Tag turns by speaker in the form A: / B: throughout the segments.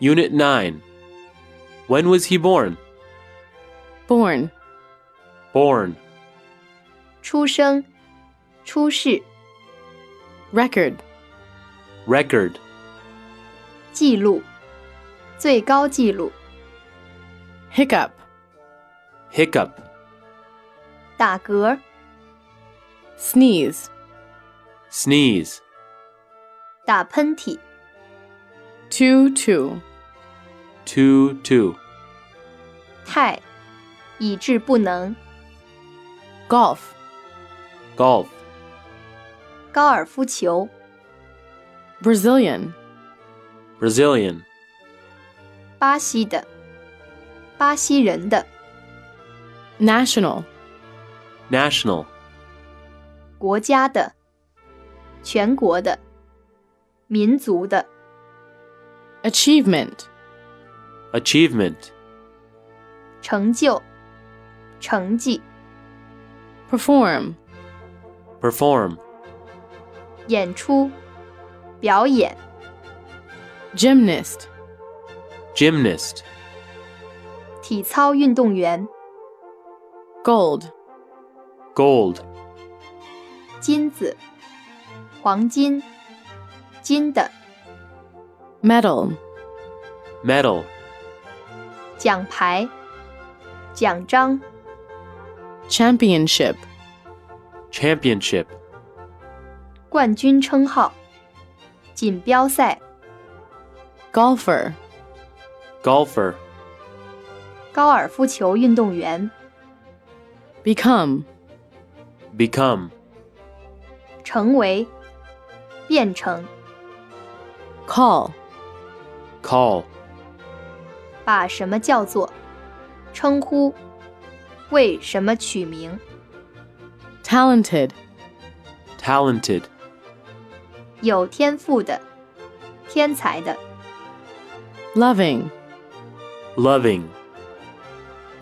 A: Unit 9. When was he born?
B: born,
A: Born.
C: 出生、出世、
B: record,
A: Record.
C: 记录、最高纪录、
B: hiccup,
A: Hiccup.
C: 打嗝、
B: sneeze,
A: Sneeze.
C: 打喷嚏、
B: two, two,
A: Two, two.
C: 态，以致不能、
B: golf,
A: Golf.
C: 高尔夫球、
B: Brazilian,
A: Brazilian.
C: 巴西的、巴西人的、
B: national,
A: National.
C: 国家的、全国的、民族的、
B: achievement,
A: Achievement.
C: 成就、成绩、
B: perform,
A: Perform.
C: 演出、表演、
B: gymnast,
A: Gymnast.
C: 体操运动员、
B: gold,
A: Gold.
C: 金子、黄金、金的、
B: medal,
A: Medal.
C: 奖牌、奖章、
B: championship,
A: Championship.
C: 冠军称号、锦标赛、
B: golfer,
A: Golfer.
C: 高尔夫球运动员、
B: become,
A: Become.
C: 成为、变成、
B: call,
A: Call.
C: 把什么叫做、称呼、为什么取名、
B: talented,
A: Talented.
C: 有天赋的、天才的、
B: loving,
A: Loving.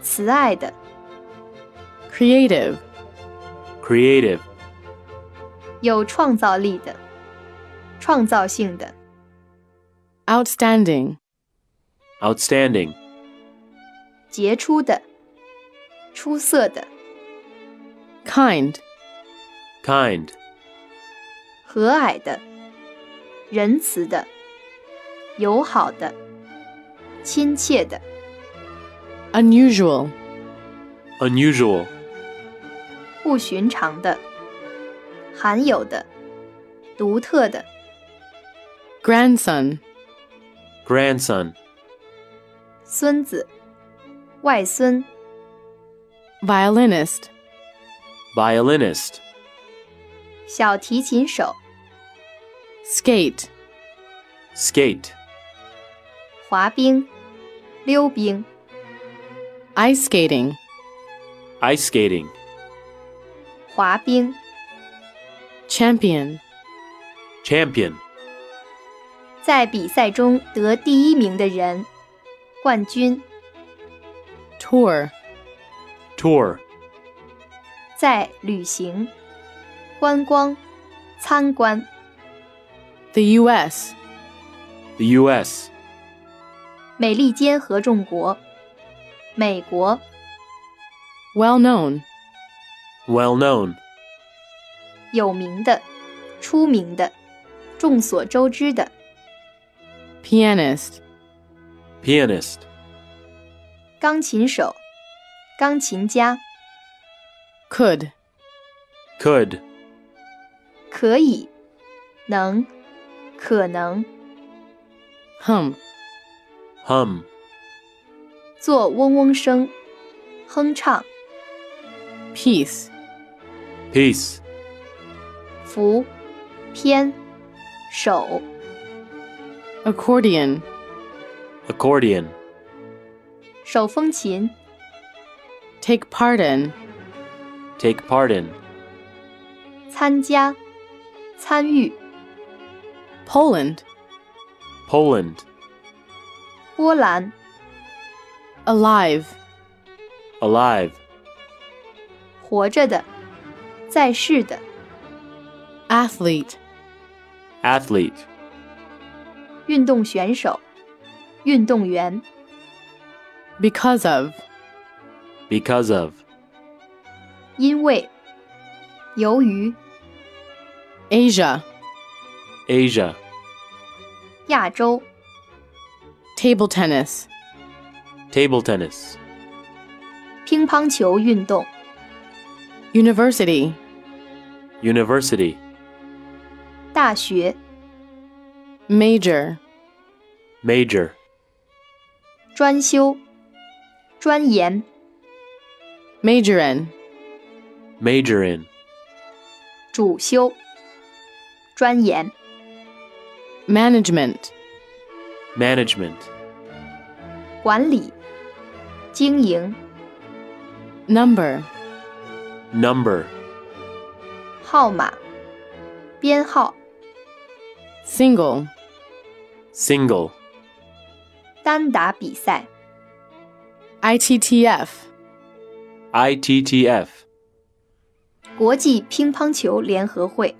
C: 慈爱的、
B: creative,
A: Creative.
C: 有创造力的、创造性的、
B: outstanding,
A: Outstanding.
C: 杰出的、出色的、
B: kind,
A: Kind.
C: 和蔼的、仁慈的、友好的、亲切的、
B: unusual,
A: Unusual.
C: 不寻常的、罕有的、独特的、
B: grandson,
A: Grandson.
C: 孙子、外孙、
B: violinist,
A: Violinist.
C: 小提琴手、
B: skate,
A: Skate.
C: 滑冰、溜冰、
B: ice skating,
A: Ice skating.
C: 滑冰、
B: champion,
A: Champion.
C: 在比赛中得第一名的人，冠军；
B: tour,
A: Tour.
C: 在旅行、观光、参观、
B: the US,
A: The US.
C: 美利坚合众国、美国。
B: well known,
A: Well known.
C: 有名的、出名的、众所周知的、
B: pianist,
A: Pianist.
C: 钢琴手、钢琴家，
B: could,
A: Could.
C: 可以、能、可能
B: hum,
A: Hum.
C: 做嗡嗡声、哼唱、
B: peace,
A: Peace.
C: 拂、偏、手、
B: accordion,
A: Accordion.
C: 手风琴、
B: take part in,
A: Take part in.
C: 参加、参与、
B: Poland,
A: Poland.
C: 波兰、
B: alive,
A: Alive.
C: 活着的、在世的、
B: athlete,
A: Athlete.
C: 运动选手、运动员，
B: because of,
A: because of,
C: 因为，由于，
B: Asia,
A: Asia,
C: 亚洲，
B: table tennis,
A: table tennis,
C: 乒乓球运动，
B: university,
A: university,
C: 大学，
B: major,
A: major,
C: 专修，专研，
B: major in,
A: major in,
C: 主修，专研，
B: management,
A: management,
C: 管理，经营，
B: number,
A: number,
C: 号码，编号，
B: single,
A: single,
C: 单打比赛，
B: ITTF,
A: ITTF,
C: 国际乒乓球联合会，